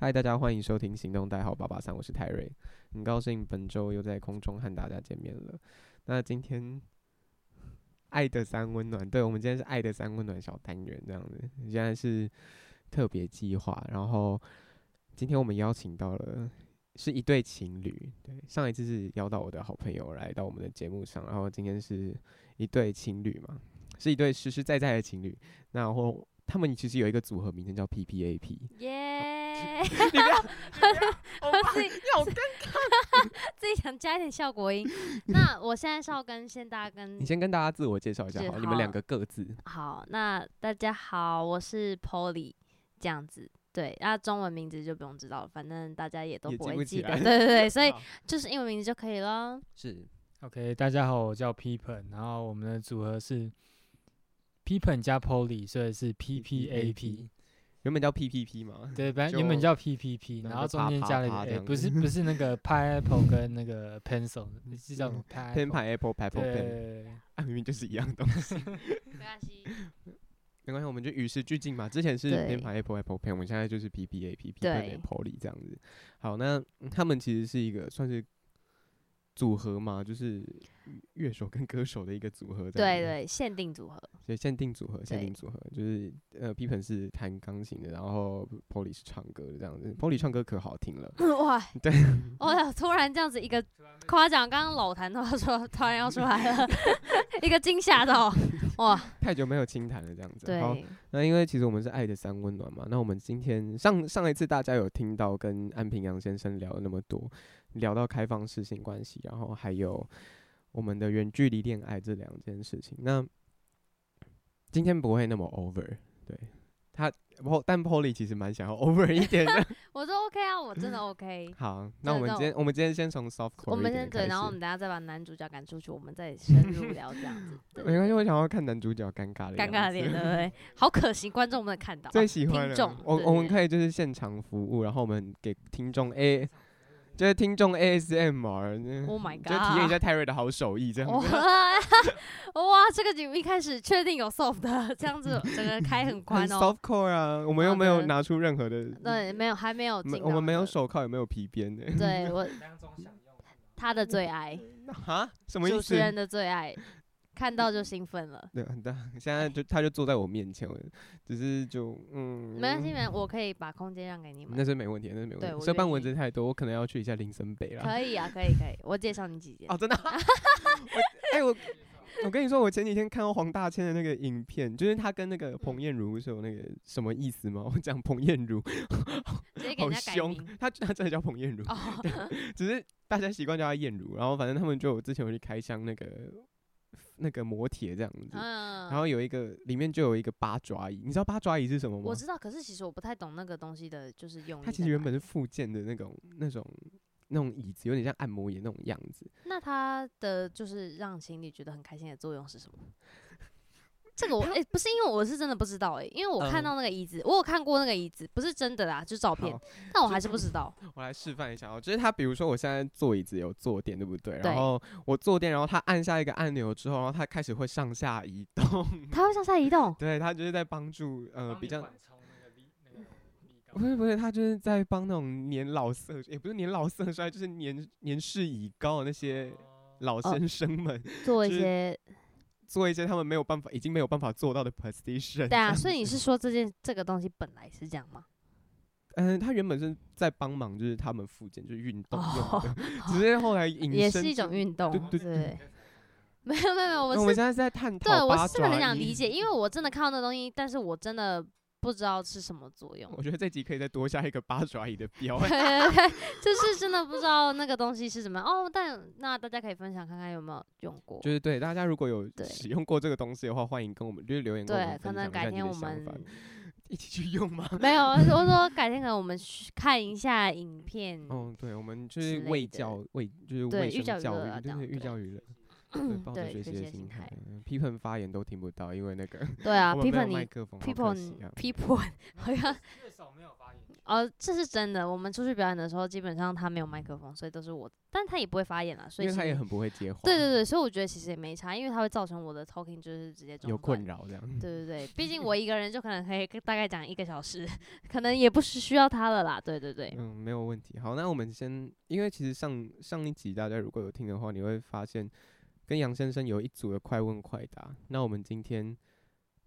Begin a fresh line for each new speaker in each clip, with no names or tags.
嗨，大家欢迎收听《行动代号八八三》，我是泰瑞，很高兴本周又在空中和大家见面了。那今天爱的三温暖，对我们今天是爱的三温暖小单元这样子，现在是特别计划。然后今天我们邀请到了是一对情侣，对，上一次是邀到我的好朋友来到我们的节目上，然后今天是一对情侣嘛，是一对实实在在的情侣。然后他们其实有一个组合名称叫 PPAP。
耶！
你不 要，我
自己
要跟
自己想加一点效 果音。那我现在是要跟先大家跟
你先跟大家自我介绍一下
是
好了，你们两
嗯好
个各自
好，那大家好，我是 Polly，这样子。对，那中文名字就不用知道了，反正大家也都
也
不
记
会
不起
记得。
来
对 对对，所以
好
就是英文名字就可以了。
是
OK，大家好，我叫 p e p o n 然后我们的组合是 p e p o n 加 Polly，所以是 PPAP。
原本叫 PPP 嘛，
对，反正原
就
本叫 PPP，
那
然
个
后中间
啪
加
啪
了一
啪
个
这
A，
样
不是
子嗯
不是那 个 Pineapple 跟那个 Pencil，是叫什么
pen
Pineapple？
pineapple pineapple pen，
对，
啊，明明就是一样东西，
没关 系。
没关系，我们就与时俱进嘛。之前是
对
pen pineapple pineapple pen，我们现在就是 PPAP
对
pineapple 里这样子。好，那嗯他们其实是一个算是组合嘛，就是乐手跟歌手的一个组合。
对，对，限 定组合。
所以限定组合，限
对
定组合就是呃 p i p e n 是弹钢琴的，然后 Polly 是唱歌的这样子。Polly 唱歌可好听了。
哇，
对，
我有突然这样子一 个夸奖，刚刚老谭都要说突然要出 来了，一个惊吓到，哇，
太久没有清谈了，这样子。好，
对，
那因为其实我们是爱的三温暖嘛，那我们今天上上一次大家有听到跟安平洋先生聊了那么多，聊到开放式性关系，然后还有我们的远距离恋爱这两件事情。那今天不会那么 over，对他，Po- 但 Polly 其实蛮想要 over 一点 的。
我说 OK 啊，我真 的 OK。
好，那我们
真的那
今天我们今天先从 soft core
我们
一点
先对，
开
然后
始
我们等下再把男主角赶出去，我 们再深入聊这样子。对
没关系，我想要看男主角尴尬的
尴尬
样
的
子
脸，对不对？好可惜，观众没有看 到。啊
最喜欢
听
的
众，
我
对
我们
对
可以就是现场服务，然后我们给听众 A，就是听众 ASMR，嗯
Oh my
就体验一
god！哦
下泰瑞的好手艺，这样子。
哇哇， 这个节目一开始确定有 soft 的，这样子整个开 很
很
宽哦。
soft core 啊，我们又
好
没有
的
拿出任何的，
对，没有，还没有
没
进。
我们没有。手铐，也没有皮鞭 的。
对我，他的最 爱，
哈，什么意
主持人
思？
的最爱，看到就兴奋了。
对，很大。现在就他就坐在我面前，我只是就嗯，
没关系，没关系，我可以把空间让给你
那
们。
是没问题，那是没问
对
题。
我
虽然
愿
半
意
蚊子太多，我可能要去一下林森北啦。
可以啊，可以，可以，我介绍你几件。
哦，真的 啊、我哎、我我跟你说，我前几天看到黄大千的那个影片，就是他跟那个彭
嗯
艳茹是有那个什么意思吗？ 我讲彭艳茹
直接给
好
人家改
凶
名。，
他他真的叫彭艳茹，
哦，
只是大家习惯叫他艳茹。然后反正他们就有之前有去开箱那个那个磨铁这样子，
嗯。
然后有一个里面就有一个八爪椅，你知道八爪椅是什么吗
我？知道，可是其实我不太懂那个东西的，就是用意在哪里。
它其实原本是附件的那种那种那种椅子，有点像按摩椅那种样子。
那它的就是让情侣觉得很开心的作用是什么？ 这个我诶、不是因为我是真的不知道诶、欸因为我看
嗯
到那个椅子，我有看过那个椅子，不是真的啦，就是照片
好，嗯
但我还是不知道。
我来示范一下哦，就是他，比如说我现在坐椅子有坐垫，对不对？
对
然后我坐垫，然后他按下一个按钮之后，然后他开始会上下移动，
它会向下移动，
对他就是在帮助呃比较，不
不
是不是，他就是在帮那种年老色，也不是年老色衰，就是年年事已高的那些老
哦
先生们、
做
就
一
是
些
做一些他们没有办法，已经没有办法做到的 position。
对啊。所以你是说这件这个东西本来是这样吗？
嗯，他原本是在帮忙，就是他们附件，就是运动用
哦
的，，只是后来引申
也是一
出
种运动，
对对对
没有没有没有，
那
我
我
是
们现在是在探讨
对，我
八
是真的很
爪
想
椅
理解，因为我真的看到那东西，但是我真的不知道是什么作用。，
我觉得这集可以再多下一个八爪鱼的标
对 对对，就是真的不知道那个东西是什么样哦。但那大家可以分享看看有没有用 过。
就是对大家如果有
对
使用过这个东西的话，欢迎跟我们就是留言跟我
对
们，
可
分享
能
一下
改
你
天
的
我
想
们
法。一起去用吗？
没有，我说改天可能我们去看一下影片。
嗯，对，我们就
之
是
类
卫
的
教卫就是
对
卫
寓
生
教于
教
乐啊
育，
这
对
样
对，寓
对
教于 乐，对，抱着
对
学
学
习
习
的
的
心
心
态
态，
嗯批判发言都听不到，因为那个
对啊
我们没
，people
有麦
你
克风好可
people
惜啊
people 好 像
月嫂没有发言权，
哦，这是真的。我们出去表演的时候，基本上他没有麦克风，所以都是我，但他也不会发言啦，所
因
以
为
其
他也
实
很不会接话，
对对对，所以我觉得其实也没差，因为它会造成我的 talking 就是直接中
有
断
困嗯扰这样。
对对对，毕竟我一个人就可能可以跟大概讲一个小时， 可能也不是需要他了啦。对对对，
嗯，没有问题。好，那我们先，因为其实上上一集大家如果有听的话，你会发现跟杨先生有一组的快问快答。那我们今天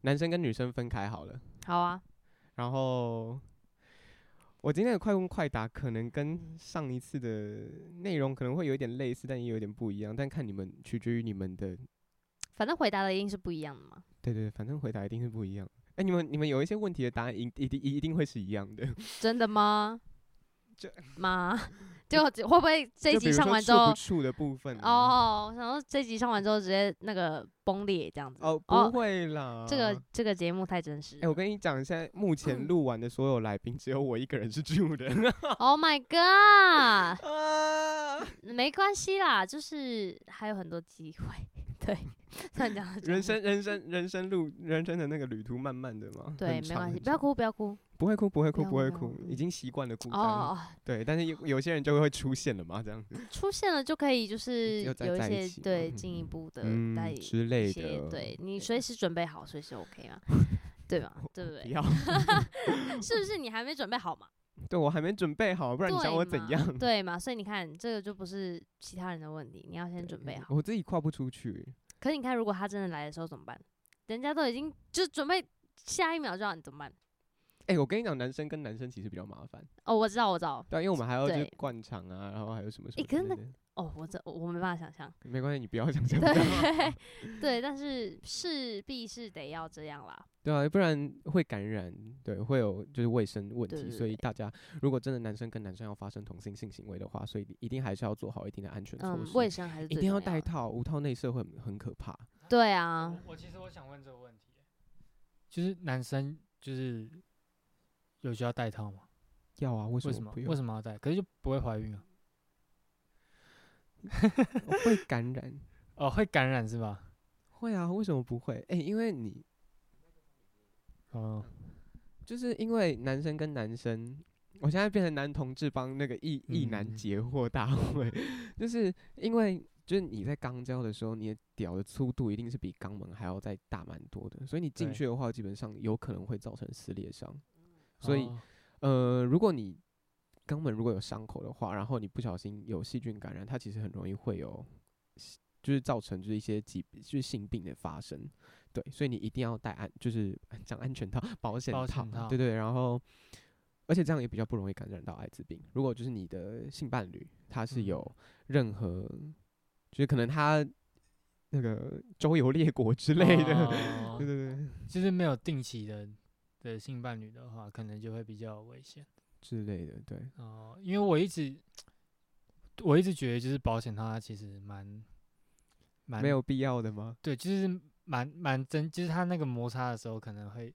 男生跟女生分开好了，
好啊，
然后我今天的快问快答可能跟上一次的内容可能会有一点类似，但也有点不一样，但看你们取决于你们的，
反正回答的一定是不一样的嘛。
对对，反正回答一定是不一样。哎、你们你们有一些问题的答案一一定一定会是一样的，
真的吗？
这
妈， 就会不会这一
就比
集
如
上
说
完之
处不
后，
处的部分啊、
哦，然后这集上完之后直接那个崩裂这样子。
哦，不会啦，
这个这个节目太真实
哎、
了。
我跟你讲，现在目前录完的所有来宾，只有我一个人是住 的。
Oh my god！
啊，
没关系啦，就是还有很多机会。 对，这样讲
人生，人生，人生路，人生的那个旅途，慢慢的嘛。
对，
很
没
长
关系，
很
不要
长
哭，不要哭。
不会哭，不会哭，
不要
不会
哭不要
哭，
哭
已经习惯了孤
哦
单。
哦，
对，但是有有些人就会出现了嘛，这样子。
出现了就可以，就是
又再
有一
在一
些
起嘛
对
嗯
进一步的
嗯
带一
之类
些
的。，
对你随时准备好，随时 OK 嘛，对吧？对不
不
对？
要，
是不是你还没准备好嘛？
对我还没准备 好，不然你想
对
我怎
嘛
样？
对嘛？所以你看，这个就不是其他人的问题，你要先准备好。
嗯我自己跨不出去。
可是你看，如果他真的来的时候怎么办？人家都已经就准备下一秒就让你怎么办？
哎、我跟你讲，男生跟男生其实比较麻烦，
哦，我知道，我知道。
对啊，因为我们还要去
对
灌肠啊，然后还有什么什
哎
么之
可
类
是
的。
那哦，我这我没办法想象。
没关系，你不要想这样。
对 对，但是势必是得要这样啦。
对啊，不然会感染，对，会有就是卫生问题，
对对
所以
对
大家如果真的男生跟男生要发生同性性行为的话，所以一定还是要做好一定的安全措
嗯，
施，
卫生还是
一
最
定要
重
戴
的。
套，嗯无套内射会很很可怕。
对啊，
我其实我想问这个问题，就是男生就是有需要戴套吗？
要啊，为什
为什
么
么
不？
为
用？
什么要戴？可是就不会怀孕啊？
会感染？
哦，会感染是吧？
会啊，为什么不会？哎、因为你
哦，
就是因为男生跟男生，我现在变成男同志帮那个异异男
嗯
结货大会， 就是因为就是你在肛交的时候，你的屌的粗度一定是比肛门还要再大蛮多的，所以你进
对
去的话，基本上有可能会造成撕裂伤。所以
哦
呃，如果你肛门如果有伤口的话，然后你不小心有细菌感染，它其实很容易会有，就是造成就是一些疾就是性病的发生。对，所以你一定要戴安就是 讲安全套、保险
保
套，
险套
对对，然后。而且这样也比较不容易感染到艾滋病。如果就是你的性伴侣他是
嗯
有任何，就是可能他那个周游列国之类的，
哦
对对对
就是没有定期的的性伴侣的话，可能就会比较危险
之类的，对。
哦。因为我一直我一直觉得，就是保险它其实蛮蛮
没有必要的吗？
对，就是蛮蛮真，就是它那个摩擦的时候可能会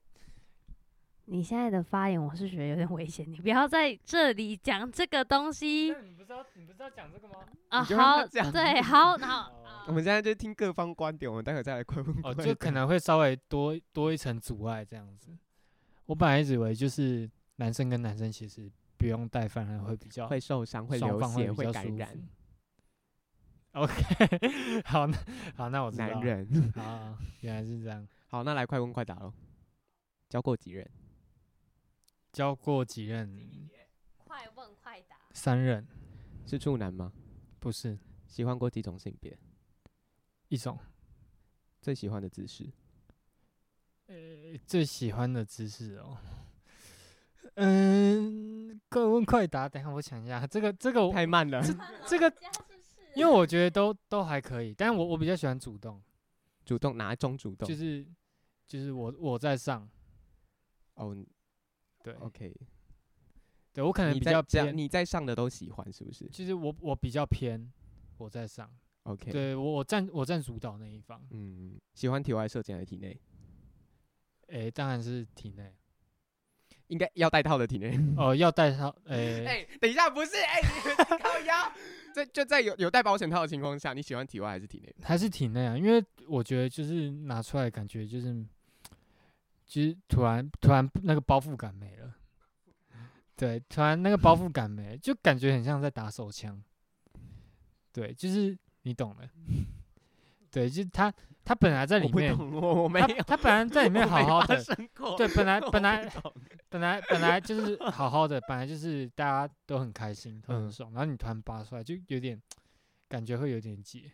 你现在的发言我是觉得有点危险，你不要在这里讲这个东西
你不知道，你不知道讲这个吗？
啊。
你就让他
好，
讲
对，好，然后啊
哦
我们现在就听各方观点，我们待会再来快问快
哦，
答。
就可能会稍微多多一层阻碍这样子。我本来一直以为就是男生跟男生其实不用戴，反而会比较
会受伤、会
双
流
方
血、
比
会
较
感
舒
染。
服 OK，好， 那好，那我知道
男
了
人。
啊，原来是这样。
好，那来快问快答喽。交过几人？
交过几任？
快问快 答。
三任，
是处男吗？
不是
喜欢过几种性别？
一种。
最喜欢的姿势？
呃，最喜欢的姿势哦。嗯，快问快答，等一下我想一下，这个这个我
太慢了，
这个，因为我觉得都都还可以，但我我比较喜欢主动，
主动哪一种主动？
就是就是我我在上，
哦
对
，OK，
对我可能
哦你
嗯比
在
较
这样
偏，
你在上的都喜欢是不是
其实我我比较偏我在上，
？OK，，
对我我占我占主导那一方，
嗯，喜欢体外射精还是体内？
诶、当然是体内，
应该要带套的体内。
哦，要带套，诶、
哎、等一下，不是，哎、你靠腰。 在就在有有带保险套的情况下，你喜欢体外还是体内？
还是体内啊，因为我觉得就是拿出来感觉就是，就是突然突然那个包袱感没了，对，突然那个包袱感没了，就感觉很像在打手枪，对，就是你懂的，对，就是他他本来在
我
里
不
面，
懂，我我没
他
有
他本来在里面好好的，
生过。
对，本来
我
本来
不懂
本来本来就是好好的，本来就是大家都很开心，都很
嗯
爽，然后你突然拔出来，就有点感觉会有点解。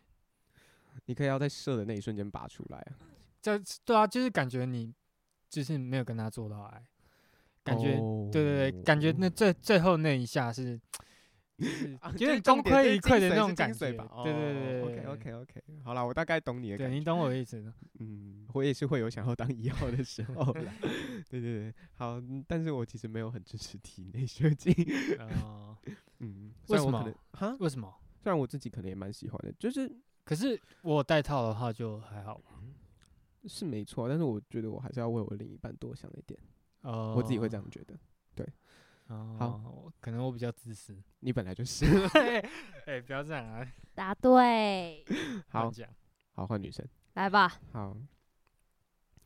你可以要在射的那一瞬间拔出来啊。
这对啊，就是感觉你就是没有跟他做到爱，感觉、
哦
对对对，感觉
嗯
那最最后那一下是，就是
啊
有
就是
点
重
功
点
亏
是精髓
一篑的那
是
种
精
感
髓
觉。
吧
对对对
o k OK OK，好啦，我大概懂你的
对
感觉。
你懂我的意 思。
嗯，我也是会有想要当一号的时候 啦。对对对，好，嗯但是我其实没有很支持体内射精。
哦，
嗯，虽
为
然
什
我可
么
能哈，
为什么？
虽然我自己可能也蛮喜欢的，就是
可是我戴套的话就还好吧。
是没错，啊但是我觉得我还是要为我另一半多想一点，
哦，
我自己会这样觉得。
哦。
好
我，可能我比较自 私。
你本来就是。
哎、不要这样啊！
答对，
好
乱讲
好换女生，
来吧，
好，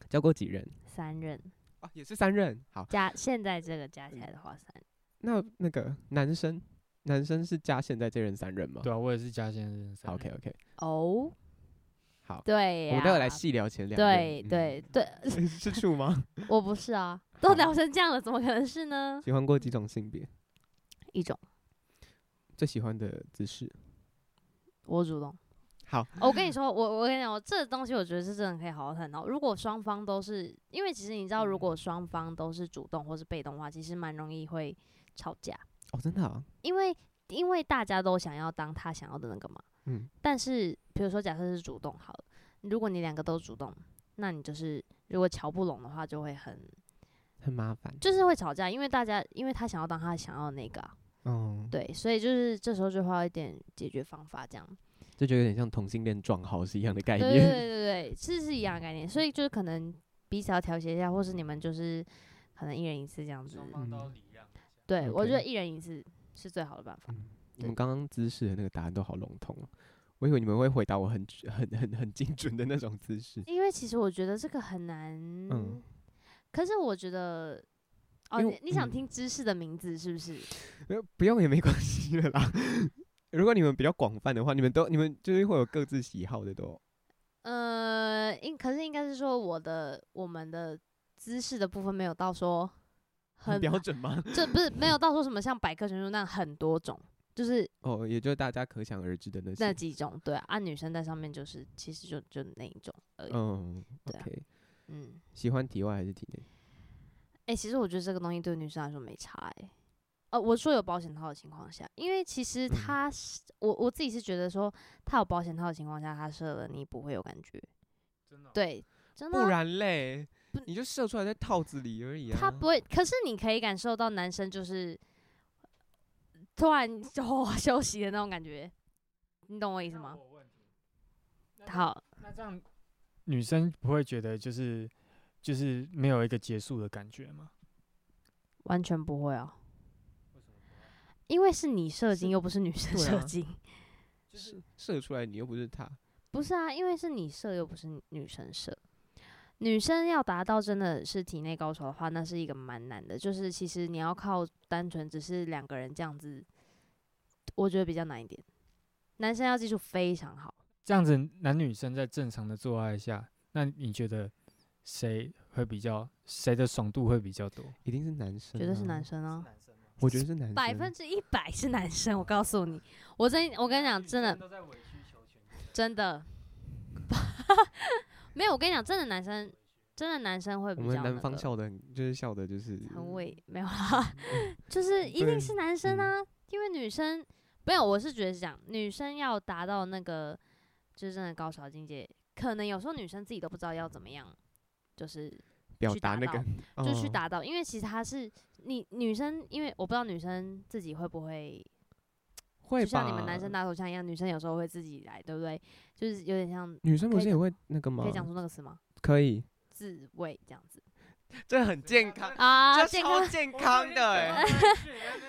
交过几任
三任
啊？也是三任。好，
加现在这个加起来的话，三
那那个男生，男生是加现在这任三任吗？
对啊，我也是嘉先认识。
好，OK OK，
哦，
好，
对
我
呀，
们待会来细聊前两
对
任。嗯
对对，
对， 是处吗？
我不是啊，
好
都聊成这样了，怎么可能是呢？
喜欢过几种性别？
一种
最喜欢的姿势？
我主动。
好，
哦我跟你说，我我跟你讲，我这东西我觉得是真的可以好好探讨。如果双方都是，因为其实你知道，如果双方都是主动或是被动的话，其实蛮容易会吵架，
哦，真的啊，
因为因为大家都想要当他想要的那个嘛。
嗯，
但是比如说假设是主动好了，如果你两个都主动，那你就是如果瞧不拢的话，就会很
很麻烦。
就是会吵架，因为大家因为他想要当他想要的那个、啊，
嗯，，
对，所以就是这时候就会要一点解决方法这样。
这就有点像同性恋撞号是一样的概
对对对
念。
对对，是是一样的概念，所以就是可能彼此要调节一下，或是你们就是可能一人一次这样子。
方都
礼让。
对我觉得
OK
一人一次是最好的办
嗯
法。
你们刚刚姿势的那个答案都好笼统哦，我以为你们会回答我很准很很很精准的那种姿势。
因为其实我觉得这个很难，可是我觉得。哦，
嗯因
你
为
你想
嗯
听知识的名字是不是？
没有不用也没关系的啦。 如果你们比较广泛的话，你们都你们就是会有各自喜好的都。
呃，应可是应该是说我的我们的姿势的部分没有到说
很
很
标准 吗？
这不是没有到说什么像百科全书那样很多种，就是
哦，也就是大家可想而知的那些。
那几种。对啊，啊女生在上面就是其实就就那一种而已。
嗯
对啊
，OK，
嗯，
喜欢体外还是体内？
哎、其实我觉得这个东西对女生来说没差哎、呃，我说有保险套的情况下，因为其实
嗯
他是、我我自己是觉得说，他有保险套的情况下，他射了你不会有感觉。
真的哦
对，真的
不
啊、
然嘞
不，
你就射出来在套子里而已啊。
他不会。可是你可以感受到男生就是突然就、 哦、休息的那种感觉，你懂我意思吗？好，
那这样女生不会觉得就是就是没有一个结束的感觉吗？
完全不会啊。因为是你射
啊是
精，又不是女生
对
射
啊
精，
就是射出来，你又不是他。
不是啊，因为是你射，又不是女女生射。女生要达到真的是体内高潮的话，那是一个蛮难的。就是其实你要靠单纯只是两个人这样子，我觉得比较难一点。男生要技术非常好，
这样子男女生在正常的做爱下，那你觉得谁会比较谁的爽度会比较多？
一定是男生、
绝对是男，生啊，
我觉得是男生，
百分之一百是男生。我告诉你，我真我跟你讲，真的真的， 没有。我跟你讲，真的男生真的男生会比
我
较
们
那
南方
个
笑的很，就是笑的，就是
很伟 没有啦， 就是一
嗯对
定是男生
嗯
啊，因为女生没有，我是觉得是这样，女生要达到那个就是真的高潮境界，可能有时候女生自己都不知道要怎么样，就是
表
去
达
达
那
到
个，
就去
哦
达到，因为其实它是你女生，因为我不知道女生自己会不会，
会
就
吧？
像你们男生打手枪一样，女生有时候会自己来，对不对？就是有点像，
女生不
可以
是也会那个吗？
可以讲出那个词吗？
可以，
自慰这样子
这很健康，
啊，
这
健
呃超
康，
健康的哎、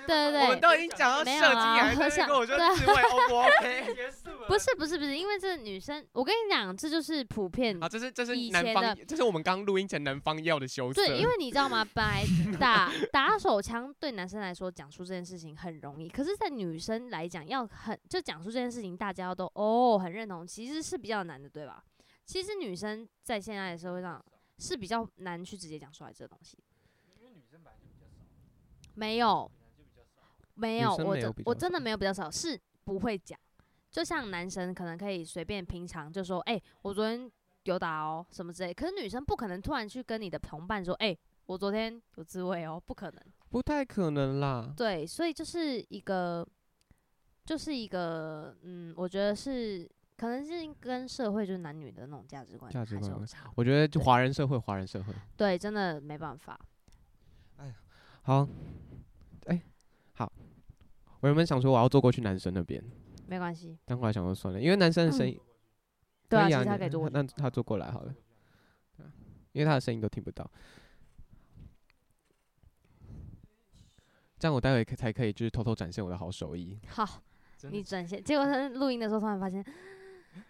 对
我
对
们
对，
都已经讲到
没
射
有
精，
啊
你还在那边
我想
跟我说
对
自慰 O 不 OK？
不是不是不是，因为这女生，我跟你讲，这就是普 遍
好，这是这是
以
南
前
方
的，
这是我们刚录音前南方要的羞涩。
对，因为你知道吗？本来打打手枪对男生来说讲出这件事情很容易，可是，在女生来讲要很就讲出这件事情，大家都哦很认同，其实是比较难的，对吧？其实女生在现在的社会上是比较难去直接讲出来这个东西。没有，没
女
有，
生
我
没有
真
比
我
较
真的
少
没有比较少，是不会讲。就像男生可能可以随便平常就说，哎、我昨天有打哦什么之类，可是女生不可能突然去跟你的同伴说，哎、我昨天有自慰哦，不可能。
不太可能啦。
对，所以就是一个，就是一个，嗯，我觉得是可能是跟社会就是男女的那种价值观
价
还
值
是
观
有
会
差。
我觉得就
对
华人社会，华人社会。
对，真的没办法。
好，哎、好，我原本想说我要坐过去男生那边，
没关系，
但后来想说算了，因为男生的
嗯
声音、
对啊，
以
其
啊，
实他
你
可以做过去。
那他坐过来好了，对啊因为他的声音都听不到。这样我待会可才可以就是偷偷展现我的好手艺。
好，
真
你
的
展现，结果他录音的时候突然发现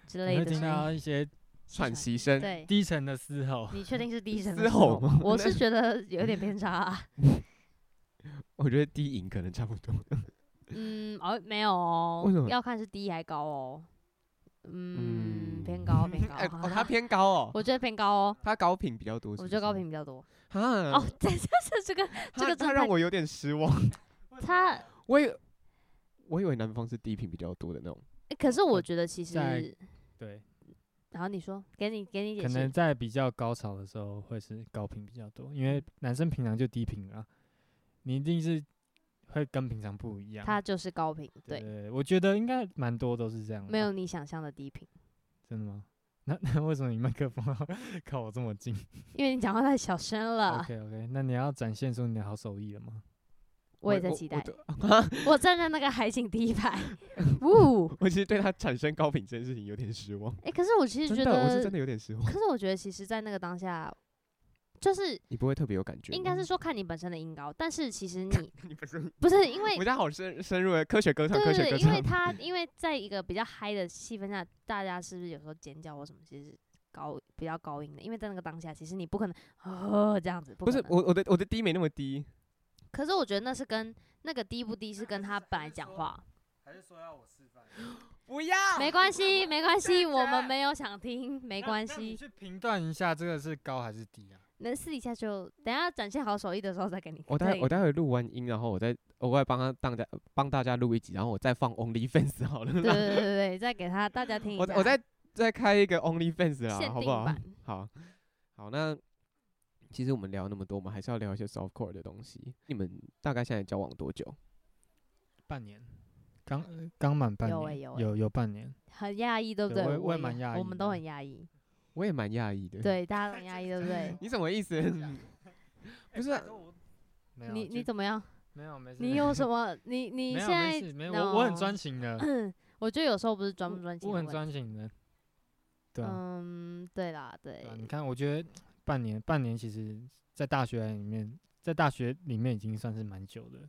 之
你
类
会
的声
听
音，
到一些
喘息声，
啊 对，
低沉的嘶吼，
你确定是第一声
嘶吼吗
我是觉得有点偏差、啊。
我觉得低音可能差不多。
嗯，哦，没有哦
为什么，
要看是低还高哦。嗯，
嗯
偏高，偏高。
哎、哦，他偏高哦，
我觉得偏 高哦，
他高频比较多
我觉得高频比较多。
啊，
哦，这就是这个这
他
个真
他
的
让
太
我有点失 望。
他，
我以我以为南方是低频比较多的那种。
诶可是我觉得其
在
实，
对，
然后你说，给你给你解
可能
释，
在比较高潮的时候会是高频比较多，因为男生平常就低频啊，你一定是会跟平常不一样。
他就是高频，
对
对，
对，我觉得应该蛮多都是这样。
没有，你想象的低频，
真的吗？那那为什么你麦克风要 靠我这么近
因为你讲话太小声了。
？OK OK，那你要展现出你的好手艺了吗？
我也在期待
我，的
我站在那个海景第 一排，呜，
我其实对他产生高频这件事情有点失望。
哎，可是我其实
真
觉
的，我是
得
真，的有点失望。
可是我觉得其实，在那个当下，就是
你不会特别有感觉吗？
应该是说看你本身的音高，但是其实你
你不是
不是因为
我家好深深入的欸科学歌唱，科
哎对
学
对
歌
对，因为
唱。嗯
他因为在一个比较嗨的气氛下，大家是不是有时候尖叫或什么，其实高比较高音的，因为在那个当下，其实你不可能哦这样子，不
不
可
是
能。
我我的我的低没那么低，
可是我觉得那是跟那个低不低是跟他本来讲话
不要。
没关系，没关系，我们没有想听，没
没
关系。
去评断一下这个是高还是低啊？
能私底下就等一下展现好手艺的时候再给你。
我待
再
我待会录完音，然后我再我会帮他当家帮大家录一集，然后我再放 OnlyFans 好了
对对
啦。
对对对，再给他大家听一
我
下。
我再再开一个 OnlyFans
啊
啦，
限
好
定
不好？
版，
好，好，那其实我们聊那么多，我们还是要聊一些 softcore 的东西。你们大概现在交往多久？
半年，刚呃刚满半年，
有欸有
有
欸
有半年，
很压抑，对不
对
对？
我也我也
也
蛮压
我
抑
们
的
都很压抑，
我也蛮讶异的。，
对，大家都很压抑，对不对？
你什么意思？ 不是啊
没有
你
就
你怎么样？
没有没事，
你 有什么？你你
没
现
有啊
在
没事没有，我我很
哦
专情的，
我觉得有时候不 是专不专情
我
的
很
问题，
专情的，对啊，
嗯，对啦，对
对啊，你看，我觉得半年半年其实，在大学里面，在大学里面已经算是蛮久的，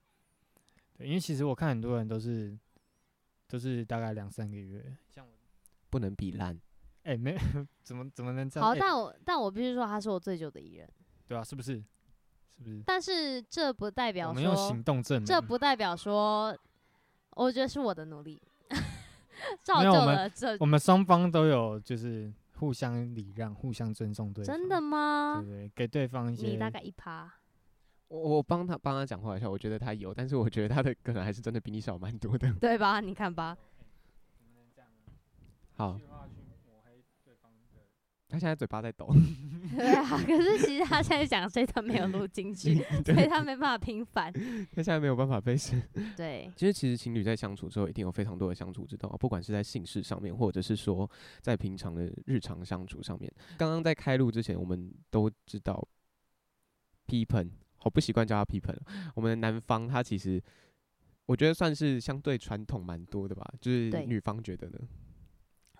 对，因为其实我看很多人都是都是大概两三个月，像我，
不能比烂。
哎、没 怎么怎么能这样？
好，
哎
但我但我必须说他是我最久的艺人，
对啊，是不是？是不是？
但是这不代
我
表
们用
说
行，动证明，啊
这不代表说，我觉得是我的努力 造
没
就
有我们
了这，
我们双方都有就是互相礼让、互相尊重对方，
真的吗
对？对，给对方一些
你大概一趴，
我我帮他帮他讲话一下，我觉得他有，但是我觉得他的可能还是真的比你少蛮多的。
对吧？你看 吧，
好，他现在嘴巴在抖，
对啊。可是其实他现在讲这段没有录进 去，所以他没办法平反。
他现在没有办法被审。
对，
其实，其实情侣在相处之后，一定有非常多的相处之道，啊不管是在性事上面，或者是说在平常的日常相处上面。刚刚在开录之前，我们都知道批评，好不习惯叫他批评。我们的男方他其实，我觉得算是相对传统蛮多的吧，就是
对
女方觉得呢。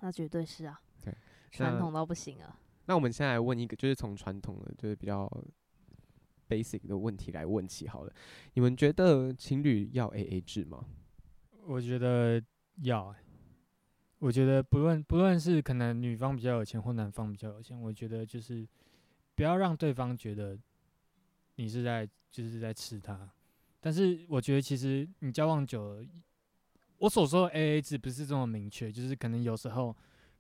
那绝对是啊，
对，
传
那
统到不行啊。
那我们现在来问一个，就是从传统的，就是比较 basic 的问题来问起好了。你们觉得情侣要 A A 制吗？
我觉得要欸、我觉得不论不论是可能女方比较有钱或男方比较有钱，我觉得就是不要让对方觉得你是在就是在吃他。但是我觉得其实你交往久了，我所说的 A A 制不是这么明确，就是可能有时候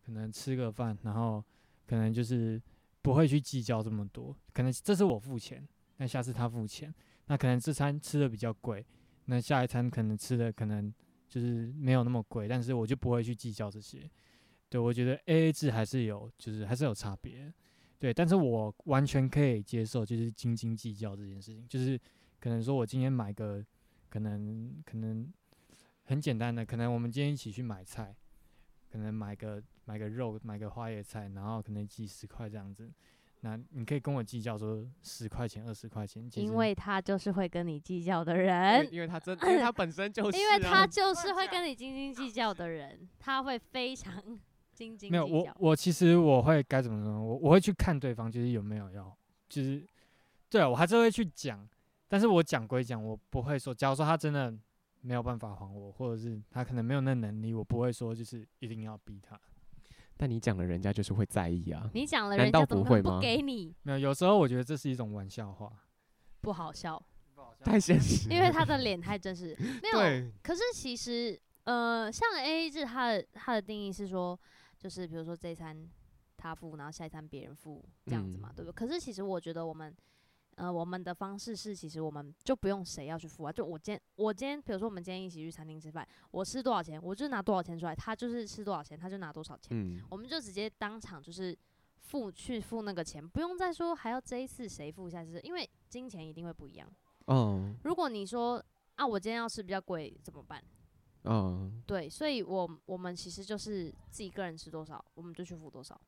可能吃个饭，然后可能就是不会去计较这么多，可能这次我付钱，那下次他付钱，那可能这餐吃的比较贵，那下一餐可能吃的可能就是没有那么贵，但是我就不会去计较这些。对我觉得 A A 制还是有，就是还是有差别。对，但是我完全可以接受，就是斤斤计较这件事情。就是可能说我今天买个，可能可能很简单的，可能我们今天一起去买菜，可能买个买个肉，买个花椰菜，然后可能几十块这样子。那你可以跟我计较说十块钱、二十块钱，其实
因为他就是会跟你计较的
因
人
为，因为他真，因为他本身哎就是、啊，
哎因为他就是会跟你斤斤计较的人，他会非常 斤斤
没有，
计
我
较。
我其实我会该怎么说呢？我我会去看对方，就是有没有要，就是对啊我还是会去讲，但是我讲归讲，我不会说，假如说他真的没有办法还我，或者是他可能没有那能力，我不会说就是一定要逼他。
但你讲了，人家就是会在意啊。
你讲了，
难
人
道
家怎
不
么可
会
能不
吗
给你？
没有，有时候我觉得这是一种玩笑话。
不好笑，
太现实了，
因为他的脸太真实。 没有，
对
可是其实，呃，像 A A 制，它的它的定义是说，就是比如说这一餐他付，然后下一餐别人付，这样子嘛，
嗯
对不对？可是其实我觉得我们，呃，我们的方式是，其实我们就不用谁要去付啊，就我今天我今天，比如说我们今天一起去餐厅吃饭，我吃多少钱，我就拿多少钱出来，他就是吃多少钱，他就拿多少钱，
嗯，
我们就直接当场就是。付去付那个钱，不用再说还要这一次谁付下次，因为金钱一定会不一样。
哦
如果你说啊，我今天要吃比较贵怎么办？
哦，
对，所以我我们其实就是自己个人吃多少，我们就去付多少。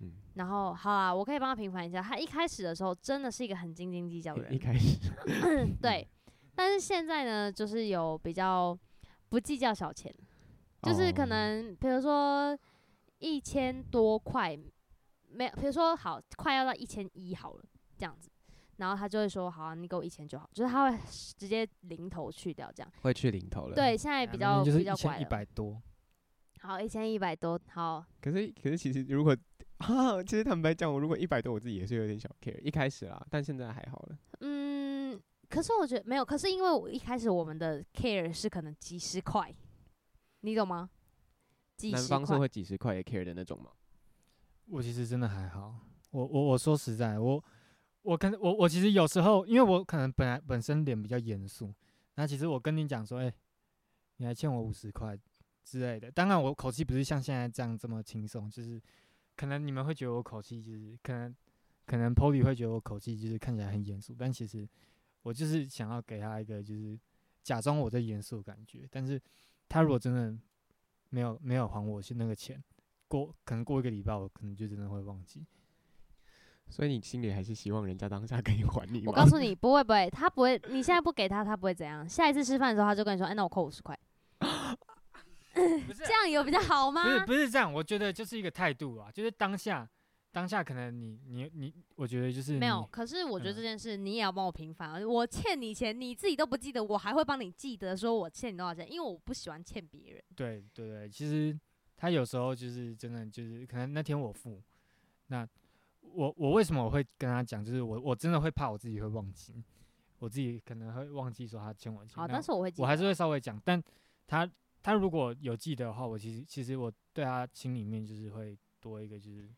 嗯，
然后好啊，我可以帮他平反一下，他一开始的时候真的是一个很斤斤计较的
一
人，
开始
对。但是现在呢，就是有比较不计较小钱，就是
哦
可能比如说一千多块，没有，比如说好快要到一千一好了这样子，然后他就会说好、啊，你给我一千就好，就是他会直接零头去掉这样。
会去领头了。
对，，现在比较、
啊就是
比
一
较
千
乖
一
了，
百多，
好，一千一百多，好，
可是可是其实如果啊，其实坦白讲，我如果一百多，我自己也是有点小 care，一开始啦，但现在还好了。
嗯，可是我觉得没有，可是因为我一开始我们的 care 是可能几十块，你懂吗？几
男
十
方是
块，
会几十块也 care 的那种吗？
我其实真的还好。我我我说实在，我我跟我我其实有时候，因为我可能本来本身脸比较严肃，那其实我跟你讲说，哎、你还欠我五十块之类的。当然，我口气不是像现在这样这么轻松，就是可能你们会觉得我口气就是可能可能 Polly 会觉得我口气就是看起来很严肃，但其实我就是想要给他一个就是假装我在严肃的感觉。但是他如果真的没有没有还我是那个钱，过可能过一个礼拜，我可能就真的会忘记。
所以你心里还是希望人家当下可以还你吗？
我告诉你，不会不会，他不会，你现在不给他，他不会怎样。下一次吃饭的时候，他就跟你说，哎，那我扣五十块，
不是啊
这样有比较好吗
不？是不是这样，我觉得就是一个态度啊，就是当下当下可能你你你，我觉得就是
没
你
有，可是我觉得
嗯
这件事你也要帮我平反啊。我欠你钱，你自己都不记得，我还会帮你记得，说我欠你多少钱，因为我不喜欢欠别人。
对对对，其实他有时候就是真的就是可能那天我付，那我我为什么我会跟他讲，就是我我真的会怕我自己会忘记，我自己可能会忘记说他欠我钱。
好，
那
但是我会记得，
我还是会稍微讲，但他他如果有记得的话，我其实其实我对他心里面就是会多一个就是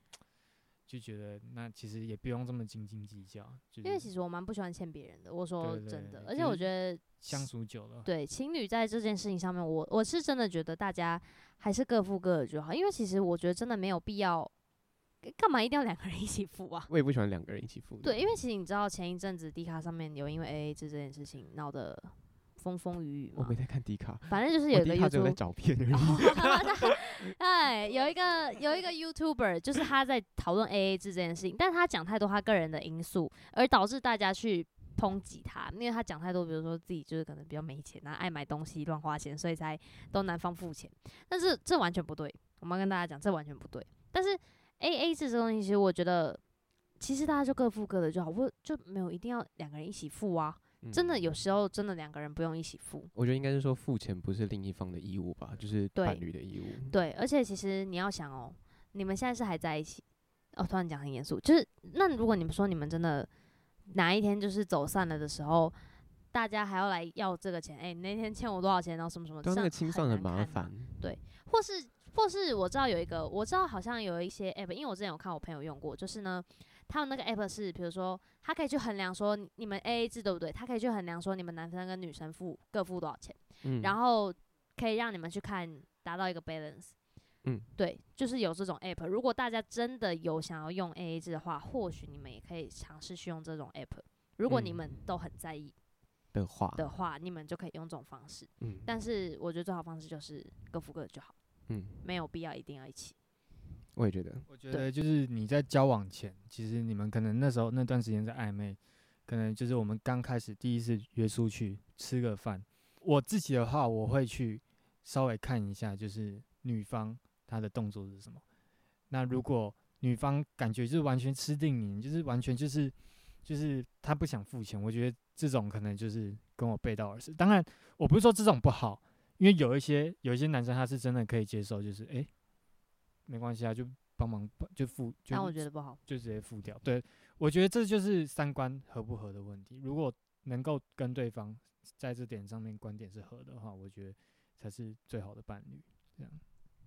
就觉得那其实也不用这么斤斤计较，就
因为
是
其实我蛮不喜欢欠别人的。我说
对对
真的，
对
而
就
且我
是
觉得
相处久了，
对情侣在这件事情上面，我我是真的觉得大家还是各付各的就好，因为其实我觉得真的没有必要，干干嘛一定要两个人一起付啊？
我也不喜欢两个人一起付的。
对，因为其实你知道前一阵子 D 卡上面有因为 AA 制这件事情闹得风风雨雨
我
嘛
没。在看迪卡，
反正就是
我
啊有一哦
迪
个
卡只有在
YouTube，
找片而已。
哎，有一个有一个 YouTuber，就是他在讨论 AA 制这件事情，但他讲太多他个人的因素，而导致大家去抨击他，因为他讲太多，比如说自己就是可能比较没钱啊，爱买东西乱花钱，所以才都男方付钱。但是这完全不对，我们要跟大家讲，这完全不对。但是 AA 制这东西，其实我觉得，其实大家就各付各的就好，我就没有一定要两个人一起付啊。真的有
嗯
时候真的两个人不用一起付，
我觉得应该是说付钱不是另一方的义务吧，就是
对
伴侣的义务。
对，而且其实你要想哦，你们现在是还在一起，哦，突然讲很严肃，就是那如果你们说你们真的哪一天就是走散了的时候，大家还要来要这个钱，哎、你那天欠我多少钱，然后什么什么，
对啊，
这
那个
样
清算很
难看
麻
啊，
烦。
或是或是我知道有一个，我知道好像有一些 app，因为我之前有看我朋友用过，就是呢，他们那个 app 是比如说，他可以去衡量说你你们 AA 制对不对，他可以去衡量说你们男生跟女生付各付多少钱。
嗯，
然后可以让你们去看，达到一个 balance。
嗯，
对，就是有这种 app。如果大家真的有想要用 AA 制的话，或许你们也可以尝试去用这种 app。如果你
嗯
们都很在意
的话，
的话，你们就可以用这种方式。
嗯，
但是我觉得最好方式就是各付各的就好，
嗯，
没有必要一定要一起。
我也觉得，
我觉
对
得就是你在交往前，其实你们可能那时候那段时间在暧昧，可能就是我们刚开始第一次约出去吃个饭。我自己的话，我会去稍微看一下，就是女方她的动作是什么。那
嗯
如果女方感觉就是完全吃定你，就是完全就是就是她不想付钱，我觉得这种可能就是跟我背道而驰。当然，我不是说这种不好，因为有一些有一些男生他是真的可以接受，就是诶、没关系啊，就帮忙就付，就
但我
是
觉得不好。
就直接付掉。对，我觉得这就是三观合不合的问题。如果能够跟对方在这点上面观点是合的话，我觉得才是最好的伴侣。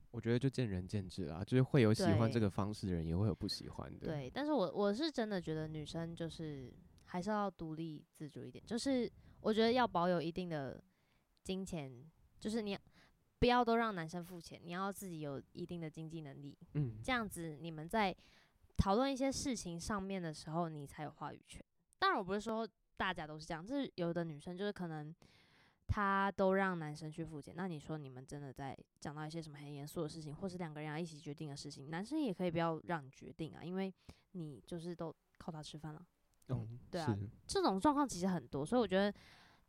我觉得就见仁见智啦，就是会有喜欢这
对
个方式的人，也会有不喜欢的。，
对，但是我我是真的觉得女生就是还是要独立自主一点，就是我觉得要保有一定的金钱，就是你不要都让男生付钱，你要自己有一定的经济能力，
嗯，
这样子你们在讨论一些事情上面的时候，你才有话语权。当然，我不是说大家都是这样，就是有的女生就是可能她都让男生去付钱。那你说你们真的在讲到一些什么很严肃的事情，或是两个人要一起决定的事情，男生也可以不要让你决定啊，因为你就是都靠他吃饭了。
哦
对啊，这种状况其实很多，所以我觉得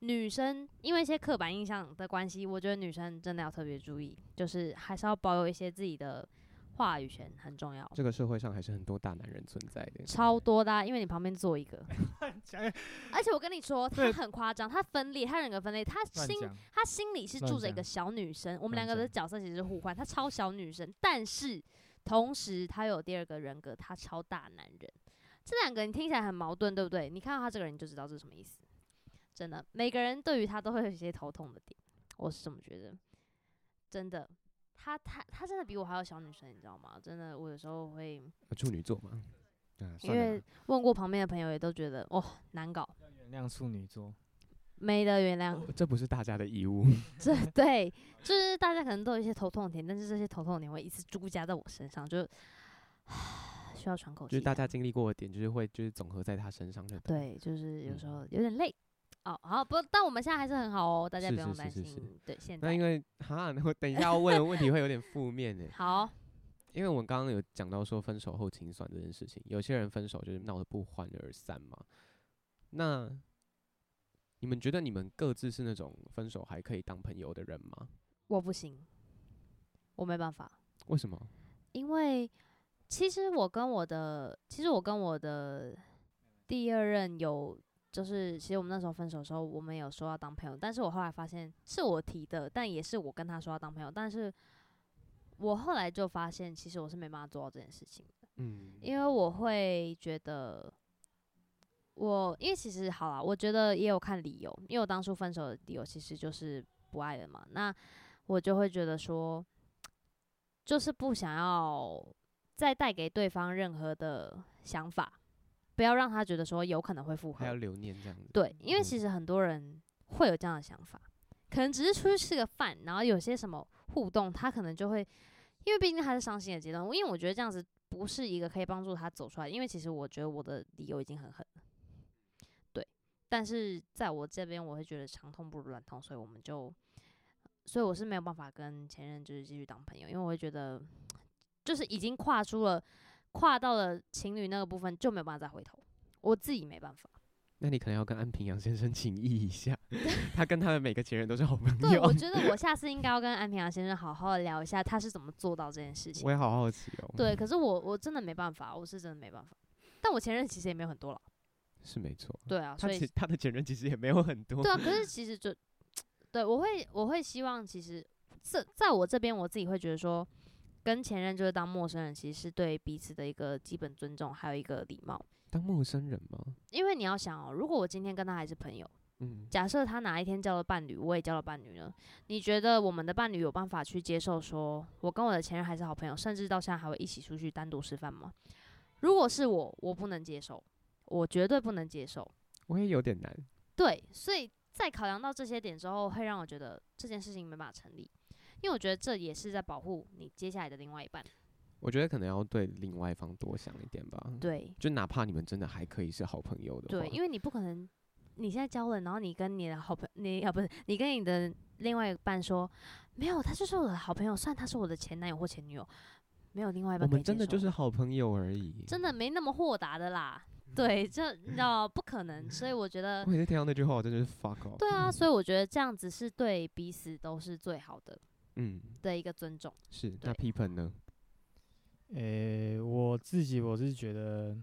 女生因为一些刻板印象的关系，我觉得女生真的要特别注意，就是还是要保有一些自己的话语权，很重要。
这个社会上还是很多大男人存在的。
超多的啊、因为你旁边坐一个，
讲
而且我跟你说，他
对
很夸张，他分裂，他人格分裂，他
乱
心
讲，
他心里是
乱
住着一
讲
个小女生，我们
乱
两个的
讲
角色其实是互换，他超小女生，但是同时他有第二个人格，他超大男人，这两个你听起来很矛盾，对不对？你看到他这个人你就知道这是什么意思，真的，每个人对于他都会有一些头痛的点，我是这么觉得，真的。他他他真的比我还要小女生，你知道吗？真的，我有时候会
呃处女座嘛，啊，
因
算了
为
啦，
问过旁边的朋友，也都觉得哦难搞，
原谅处女座，
没得 原谅。
这不是大家的义务。
这对，就是大家可能都有一些头痛点，但是这些头痛点会一次附加在我身上，就 需要喘口
就
气啊。
是大家经历过的点，就是会就是总和在他身上就对了。
对，就是有时
嗯
候有点累。哦，好，不，但我们现在还是很好哦，大家
是
不用
是
担
是
心。
是是
对，现
那因
在
为哈，那我等一下要问的问题会有点负面呢、
好，
因为我们刚刚有讲到说分手后清算这件事情，有些人分手就是闹得不欢而散嘛。那你们觉得你们各自是那种分手还可以当朋友的人吗？
我不行，我没办法。
为什么？
因为其实我跟我的，其实我跟我的第二任有，就是其实我们那时候分手的时候，我们有说要当朋友，但是我后来发现是我提的，但也是我跟他说要当朋友，但是我后来就发现，其实我是没办法做到这件事情的，
嗯，
因为我会觉得。我因为其实好啦，我觉得也有看理由，因为我当初分手的理由其实就是不爱了嘛。那我就会觉得说，就是不想要再带给对方任何的想法，不要让他觉得说有可能会复
还要
合。
留念这样子。
对，因为
嗯
其实很多人会有这样的想法，可能只是出去吃个饭，然后有些什么互动，他可能就会，因为毕竟他是伤心的阶段，因为我觉得这样子不是一个可以帮助他走出来，因为其实我觉得我的理由已经很狠了。对，但是在我这边，我会觉得长痛不如短痛，所以我们就，所以我是没有办法跟前任就是继续当朋友，因为我会觉得，就是已经跨出了，跨到了情侣那个部分就没有办法再回头，我自己没办法。
那你可能要跟安平洋先生请益一 下，他跟他的每个前任都是好朋
对，
友
我。觉得我下次应该要跟安平洋先生好好的聊一下，他是怎么做到这件事情
我。也好好奇哦。，
对，可是我我真的没办法，我是真的没办法。但我前任其实也没有很多了，
是没错。
对啊，
他
所以
其他的前任其实也没有很多
对。啊，可是其实就，对我会我会希望，其实这在我这边我自己会觉得说，跟前任就是当陌生人，其实是对彼此的一个基本尊重，还有一个礼貌。
当陌生人吗？
因为你要想哦，如果我今天跟他还是朋友，
嗯，
假设他哪一天交了伴侣，我也交了伴侣呢，你觉得我们的伴侣有办法去接受说，我跟我的前任还是好朋友，甚至到现在还会一起出去单独吃饭吗？如果是我，我不能接受，我绝对不能接受。
我也有点难。
对，所以在考量到这些点之后，会让我觉得这件事情没办法成立，因为我觉得这也是在保护你接下来的另外一半。
我觉得可能要对另外一方多想一点吧。
对
就哪怕你们真的还可以是好朋友的话，
对，因为你不可能你现在交了，然后你跟你的好朋你啊不是你跟你的另外一半说，没有，他就是我的好朋友，虽然他是我的前男友或前女友，没有另外一
我
半可以
们
接
真
受。
的就是好朋友而已。
真的没那么豁达的啦。
嗯
对，这你知道不可能，所以我觉得
我每次听到那句话，我真的是 fuck off。
对啊，所以我觉得这样子是对彼此都是最好的
嗯，
的一个尊重。
是。那
对
p e p 呢？
诶、我自己我是觉得，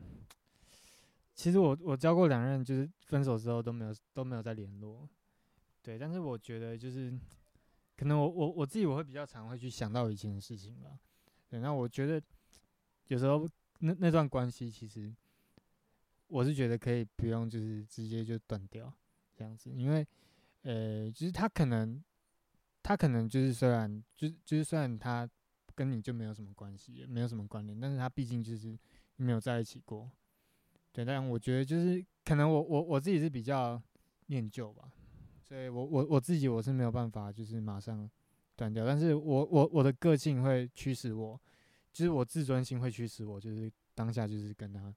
其实我我交过两任，就是分手之后都没有都没有再联络，对。但是我觉得就是，可能我我我自己我会比较常会去想到以前的事情吧。对，那我觉得有时候那那段关系其实我是觉得可以不用就是直接就断掉这样子，因为呃，就是他可能他可能就是虽然就是就是虽然他跟你就没有什么关系，也没有什么关联，但是他毕竟就是没有在一起过。对，但我觉得就是可能我我我自己是比较念旧吧，所以我我我自己我是没有办法就是马上断掉，但是我我我的个性会驱使我，就是我自尊心会驱使我，就是当下就是跟他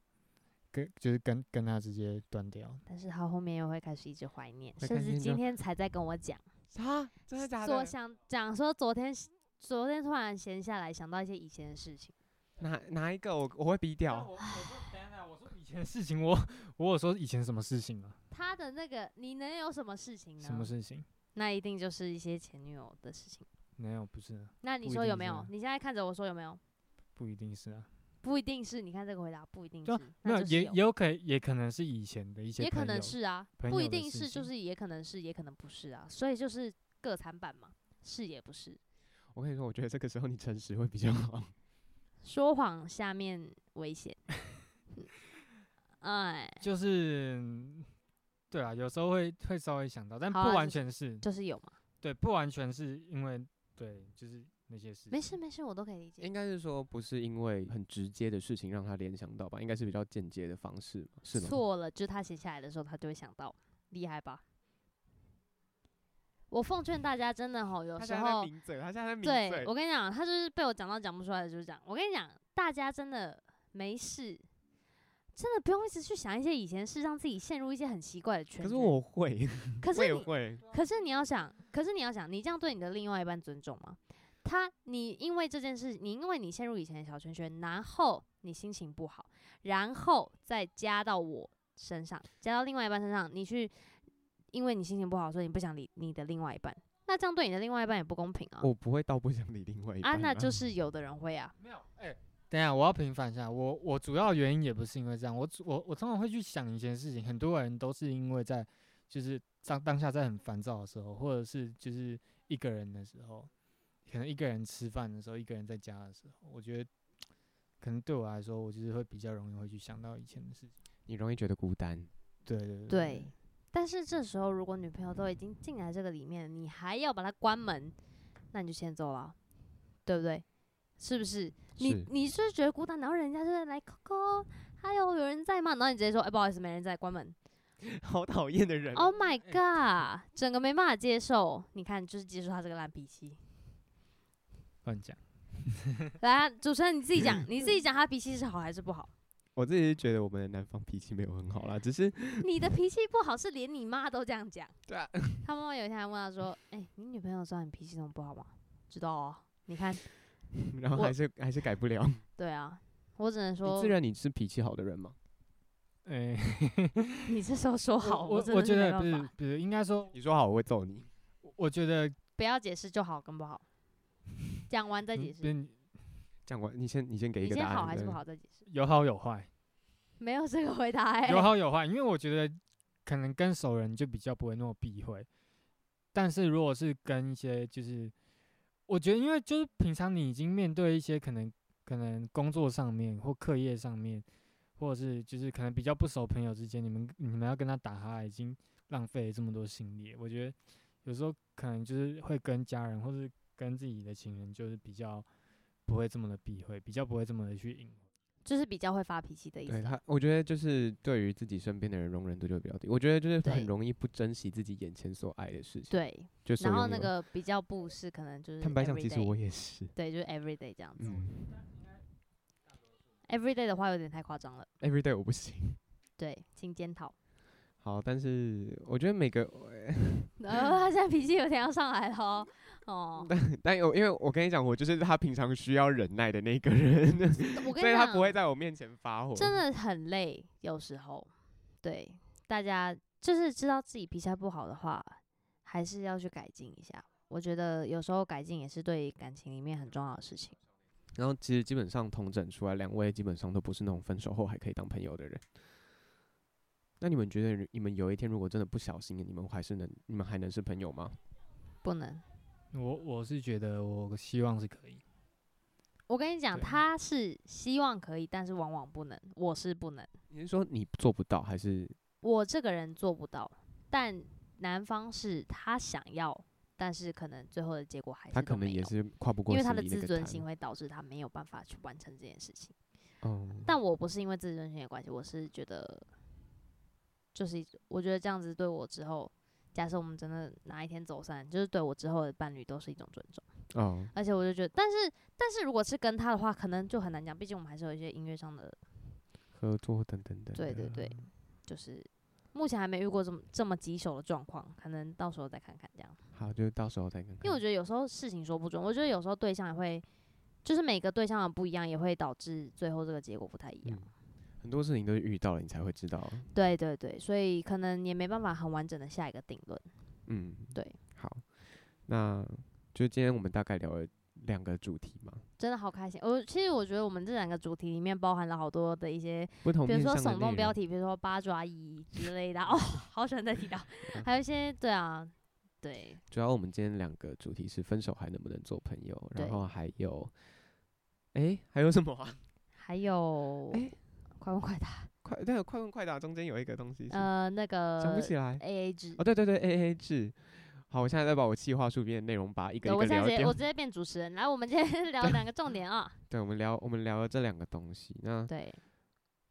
跟就是跟跟他直接断掉。
但是他后面又会开始一直怀念，
会
甚
开
至
心
今
就
天才在跟我讲，
啊，真的假
说
的？
想讲说昨天昨天突然闲下来想到一些以前的事情，
哪哪一个我我会逼掉？
我说等等，我说以前的事情，我我有说以前什么事情啊？
他的那个你能有什么事情呢？
什么事情？
那一定就是一些前女友的事情。
没有，不是啊，
那你
不一
说
定
有没
是
有
啊？
你现在看着我说有没有？
不一定是啊。
不一定是，你看这个回答不一定
对啊
是，
没
那
有，
就是
也
有
也有可也可能是以前的一些，
也可能，是啊，
朋
不
友
一
的
定
事
是，就
情
是也可能是，也可能不是啊，所以就是各残版嘛，是也不是。
我跟你说，我觉得这个时候你诚实会比较好。
说谎下面危险， 哎，
就是嗯对啊，有时候会会稍微想到，但不
好啊
完
就
全是，
就是有嘛。
对，不完全是因为对，就是那些事情。
没事没事，我都可以理解。
应该是说，不是因为很直接的事情让他联想到吧？应该是比较间接的方式嘛，是吗？
错了，就是他写下来的时候，他就会想到，厉害吧？我奉劝大家，真的吼，有时候
抿嘴，他现在在抿
对我跟你讲，他就是被我讲到讲不出来的，就是这样。我跟你讲，大家真的没事，真的不用一直去想一些以前的事，让自己陷入一些很奇怪的圈子。
可是，我会，
可
我
是
也
你，
会。
可是你要想，可是你要想，你这样对你的另外一半尊重吗？他，你因为这件事，你因为你陷入以前的小圈圈，然后你心情不好，然后再加到我身上，加到另外一半身上，你去，因为你心情不好，所以你不想理你的另外一半，那这样对你的另外一半也不公平啊！
我不会到不想理另外一半
啊，
啦。
那就是有的人会啊，
没有，哎、等一下我要平反一下，我我主要原因也不是因为这样，我主我我常常会去想以前的事情，很多人都是因为在就是当当下在很烦躁的时候，或者是就是一个人的时候，可能一个人吃饭的时候，一个人在家的时候，我觉得可能对我来说，我就是会比较容易会去想到以前的事情。
你容易觉得孤单。
对对对
对，但是这时候，如果女朋友都已经进来这个里面，你还要把她关门，那你就先走了，啊对不对？是不是？你
是
你是觉得孤单，然后人家就是来 Coco，还有有人在吗？然后你直接说，哎、不好意思，没人在，关门。
好讨厌的人
Oh my
哎
god，整个没办法接受。你看，就是接受他这个烂脾气。
乱讲。
来、啊，主持人你自己讲，你自己讲，他脾气是好还是不好？
我自己是觉得我们的南方脾气没有很好啦，只 是
你的脾气不好是连你妈都这样讲。
对啊，
他妈妈有一天还问他说：“哎、你女朋友知道你脾气那么不好吗？”知道啊，你看，
然后
我
还是还是改不了。
对啊，我只能
你
说
自，认你是脾气好的人吗？
哎、
你这时候说好，
我
真
我
的是
觉
没
得不
办
是
法，
不是，应该说，
你说好我会揍你，
我觉得
不要解释就好跟不好，讲完再
嗯
解释，
不是
讲完你先你先给一
你
个
先
答案。
好还是
对
不？好再解释，
有好有坏，
没有这个回答、欸。
有好有坏，因为我觉得可能跟熟人就比较不会那么避讳，但是如果是跟一些就是，我觉得因为就是平常你已经面对一些可能可能工作上面或课业上面，或者是就是可能比较不熟朋友之间，你们你们要跟他打哈，已经浪费了这么多心力了，我觉得有时候可能就是会跟家人或是跟自己的情人，就是比较不会这么的避讳，比较不会这么的去隐晦。
就是比较会发脾气的意
对
思。
他，我觉得就是对于自己身边的人容忍度就比较低。我觉得就是
对
很容易不珍惜自己眼前所爱的事情。，
对，
就所
然后
拥
那
有
个比较不是可能就是
坦白讲，其实
everyday
我也是。
对，就是 every day 这样子。
嗯
every day 的话有点太夸张了，
，every day 我不行。
对，请 检讨。
好，但是我觉得每个，
然呃后他现在脾气有点要上来了哦。 哦，
但有因为我跟你讲，我就是他平常需要忍耐的那个人，
我跟
所以
你
他不会
讲，
在我面前发火。
真的很累，有时候。对，大家就是知道自己脾气不好的话，还是要去改进一下。我觉得有时候改进也是对感情里面很重要的事情。
然后其实基本上同整出来，两位基本上都不是那种分手后还可以当朋友的人。那你们觉得，你们有一天如果真的不小心，你们还是能，你们还能是朋友吗？
不能，
我我是觉得我希望是可以。
我跟你讲，
对
他是希望可以，但是往往不能。我是不能，
你是说你做不到，还是
我这个人做不到。但男方是他想要，但是可能最后的结果还是
他
都
可能
没
也
有
是跨不过
因为
心
他的
里那
自
个
尊
坎
心？会导致他没有办法去完成这件事情。
嗯，
但我不是因为自尊心的关系，我是觉得，就是一我觉得这样子对我之后，假设我们真的哪一天走散，就是对我之后的伴侣都是一种尊重。
哦，
而且我就觉得，但是但是如果是跟他的话，可能就很难讲，毕竟我们还是有一些音乐上的，
合作等等等。啊
对对对，就是目前还没遇过这么这么棘手的状况，可能到时候再看看这样。
好，就到时候再看看。
因为我觉得有时候事情说不准，我觉得有时候对象也会，就是每个对象的不一样，也会导致最后这个结果不太一样。
嗯很多事情都是遇到了你才会知道。啊
对对对，所以可能也没办法很完整的下一个定论。
嗯，
对，
好，那就今天我们大概聊了两个主题嘛，
真的好开心，我其实我觉得我们这两个主题里面包含了好多的一些，
不同
比如
面
说
向
耸
的
动
内
标
容。
题，比如说八爪鱼之类的， 哦，好喜欢再 提到，
嗯
还有一些对啊，对，
主要我们今天两个主题是分手还能不能做朋友，然
对
后还有，哎、还有什么啊？
还有、
诶
快问快答，
快，但有快问快答中间有一个东西是、
呃，那
想不
个
起来。
A A 制
哦，，对对对，A A 制。好，我现在再把我计划书里面的内容把它一个
对，
一
我
个
现在
聊
直接
掉
我。直接变主持人，来，我们今天 聊两个重 点啊，
对，我们聊我们聊了这两个东西，那
对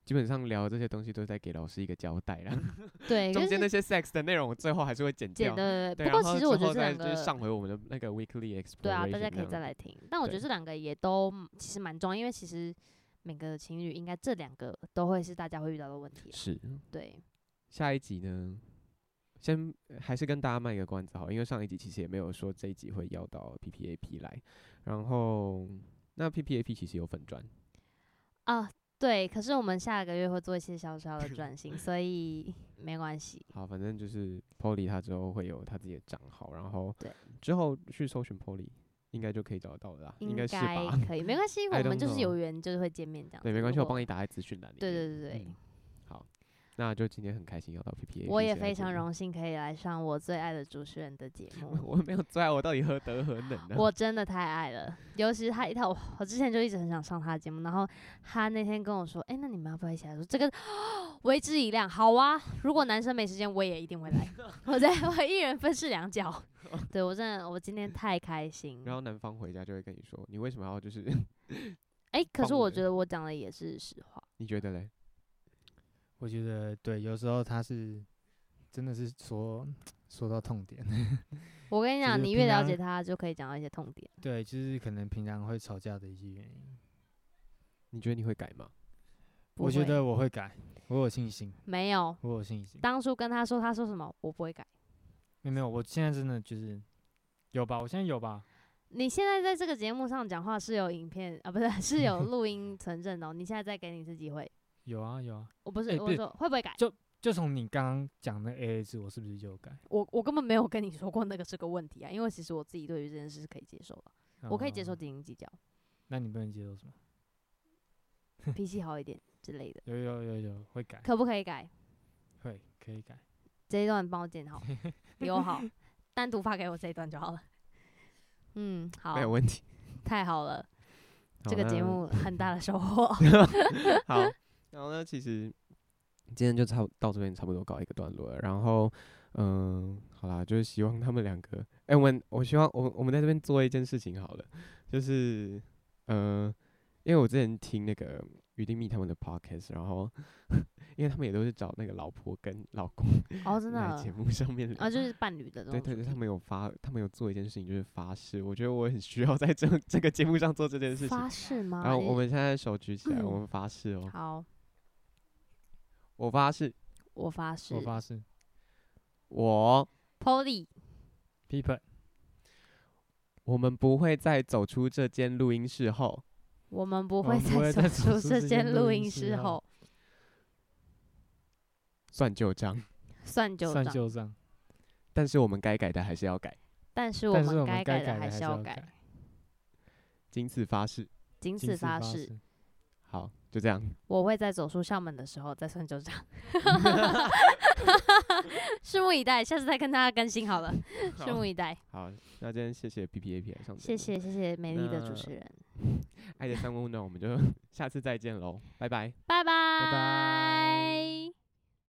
基本上聊这些东西都是在给老师一个交代啦。
对，
中
就
间那些
是
sex 的内容，我最后还是会剪
简
掉。
对对
对，
对，不过其实我觉得这
然
两
后之后再就是
个
上回我们的那个 weekly exploration，
对啊，大家可以再
来。
来听。但我觉得
对
这两个也都其实蛮重要，因为其实每个情侣应该这两个都会是大家会遇到的问题啊、
是，
对，
下一集呢，先呃还是跟大家卖个关子好，因为上一集其实也没有说这一集会要到 PPAP 来，然后那 PPAP 其实有粉砖，
啊，对。可是我们下个月会做一些小小的转型，所以没关系。
好，反正就是 Polly 他之后会有他自己的账号，然后
对
之后去搜寻 Polly 应该就可以找得到了啦，应
应该
该是吧？
可以，没关系，我
I
们就
don't
是有
know
缘，就是会见面这样 子。
对，没关系，
如
我
果
帮你打在资讯栏里面。
对对对对，
嗯好，那就今天很开心要到 PPAP，
我也
这个
非
节
常
目。
荣幸可以来上我最爱的主持人的节目，
我没有最爱我到底何德何能啊呢、
我真的太爱了。尤其是他一他，我之前就一直很想上他的节目，然后他那天跟我说：“哎、那你们要不要一起来？”我说这个 为之一亮，好啊！如果男生没时间，我也一定会来。我在我一人分饰两角，对我真的，我今天太开心。
然后男方回家就会跟你说，你为什么要就是
哎、可是
帮
我
我
觉得我讲的也是实话。
你觉得嘞？
我觉得对，有时候他是真的是说说到痛点，
我跟你讲，
就是
你
平
越了
常
解他，就可以讲到一些痛点。
对，就是可能平常会吵架的一些原因。
你觉得你会改吗？
不
我觉
会
得我会改，我有信心，
没有。
我有信心。
当初跟他说，他说什么，我不会改。
没有没有，我现在真的就是有吧，我现在有吧，
你现在在这个节目上讲话是有影片啊，不是 是有录音存证的哦。你现在再给你一次机会，
有啊有啊。
我不是、
哎
我
对
说会不会改？
就从你刚刚讲的 AA 制，我是不是就有改？
我我根本没有跟你说过那个是个问题啊，因为其实我自己对于这件事是可以接受的，我可以接受
哦。
斤斤计 较，
那你不能接受什么？
脾气好一点之类的，
有有有有会改，
可不可以改？
会可以改。
这一段帮我剪 好，留好，单独发给我这一段就好了。嗯，好
没，有问题。
太好了，
好
这个节
那
目很大的收获。
好，然后呢，其实今天就差不到这边差不多告一个段落了。然后，嗯、好啦，就是希望他们两个，哎、我们我希望我们我们在这边做一件事情好了，就是，呃，因为我之前听那个于丁密他们的 podcast，然后 因为他们也都是找那个老婆跟老公
哦，真的
来节目上面聊
啊，就是伴侣的这种
对
主
对对，他
题
们有发，他们有做一件事情，就是发誓。我觉得我很需要在这这个节目上做这件事情。
发誓吗？
然后
你
我们现在手举起来，我
哎嗯
们发誓哦，
好，
我发誓，
我发誓
我发誓
我
，Polly，
，people
我们不会在走出这间录音室后，
我们哦不
我
会
们不会
走
再
出
走出
这
这
间
间
录
录
音
音
室哦
室后
后
算旧账。
算旧
算
账，
旧账，
但是我们该改的还是要改，
但是我
但是
们
我们
改
改
的还
是
要
改，，
今次发誓。
仅
今
此
次
发
誓
誓，。
好，就 这样。
我会在走出校门的时候再算旧 账。拭目以待，下次再跟大家更新好了。拭目以待，
好，那今天谢谢 P P A P 来上节
谢
目，
谢谢谢美丽的主持
那
人，
爱的三温暖，我们就下次再见喽，拜拜。
拜拜
拜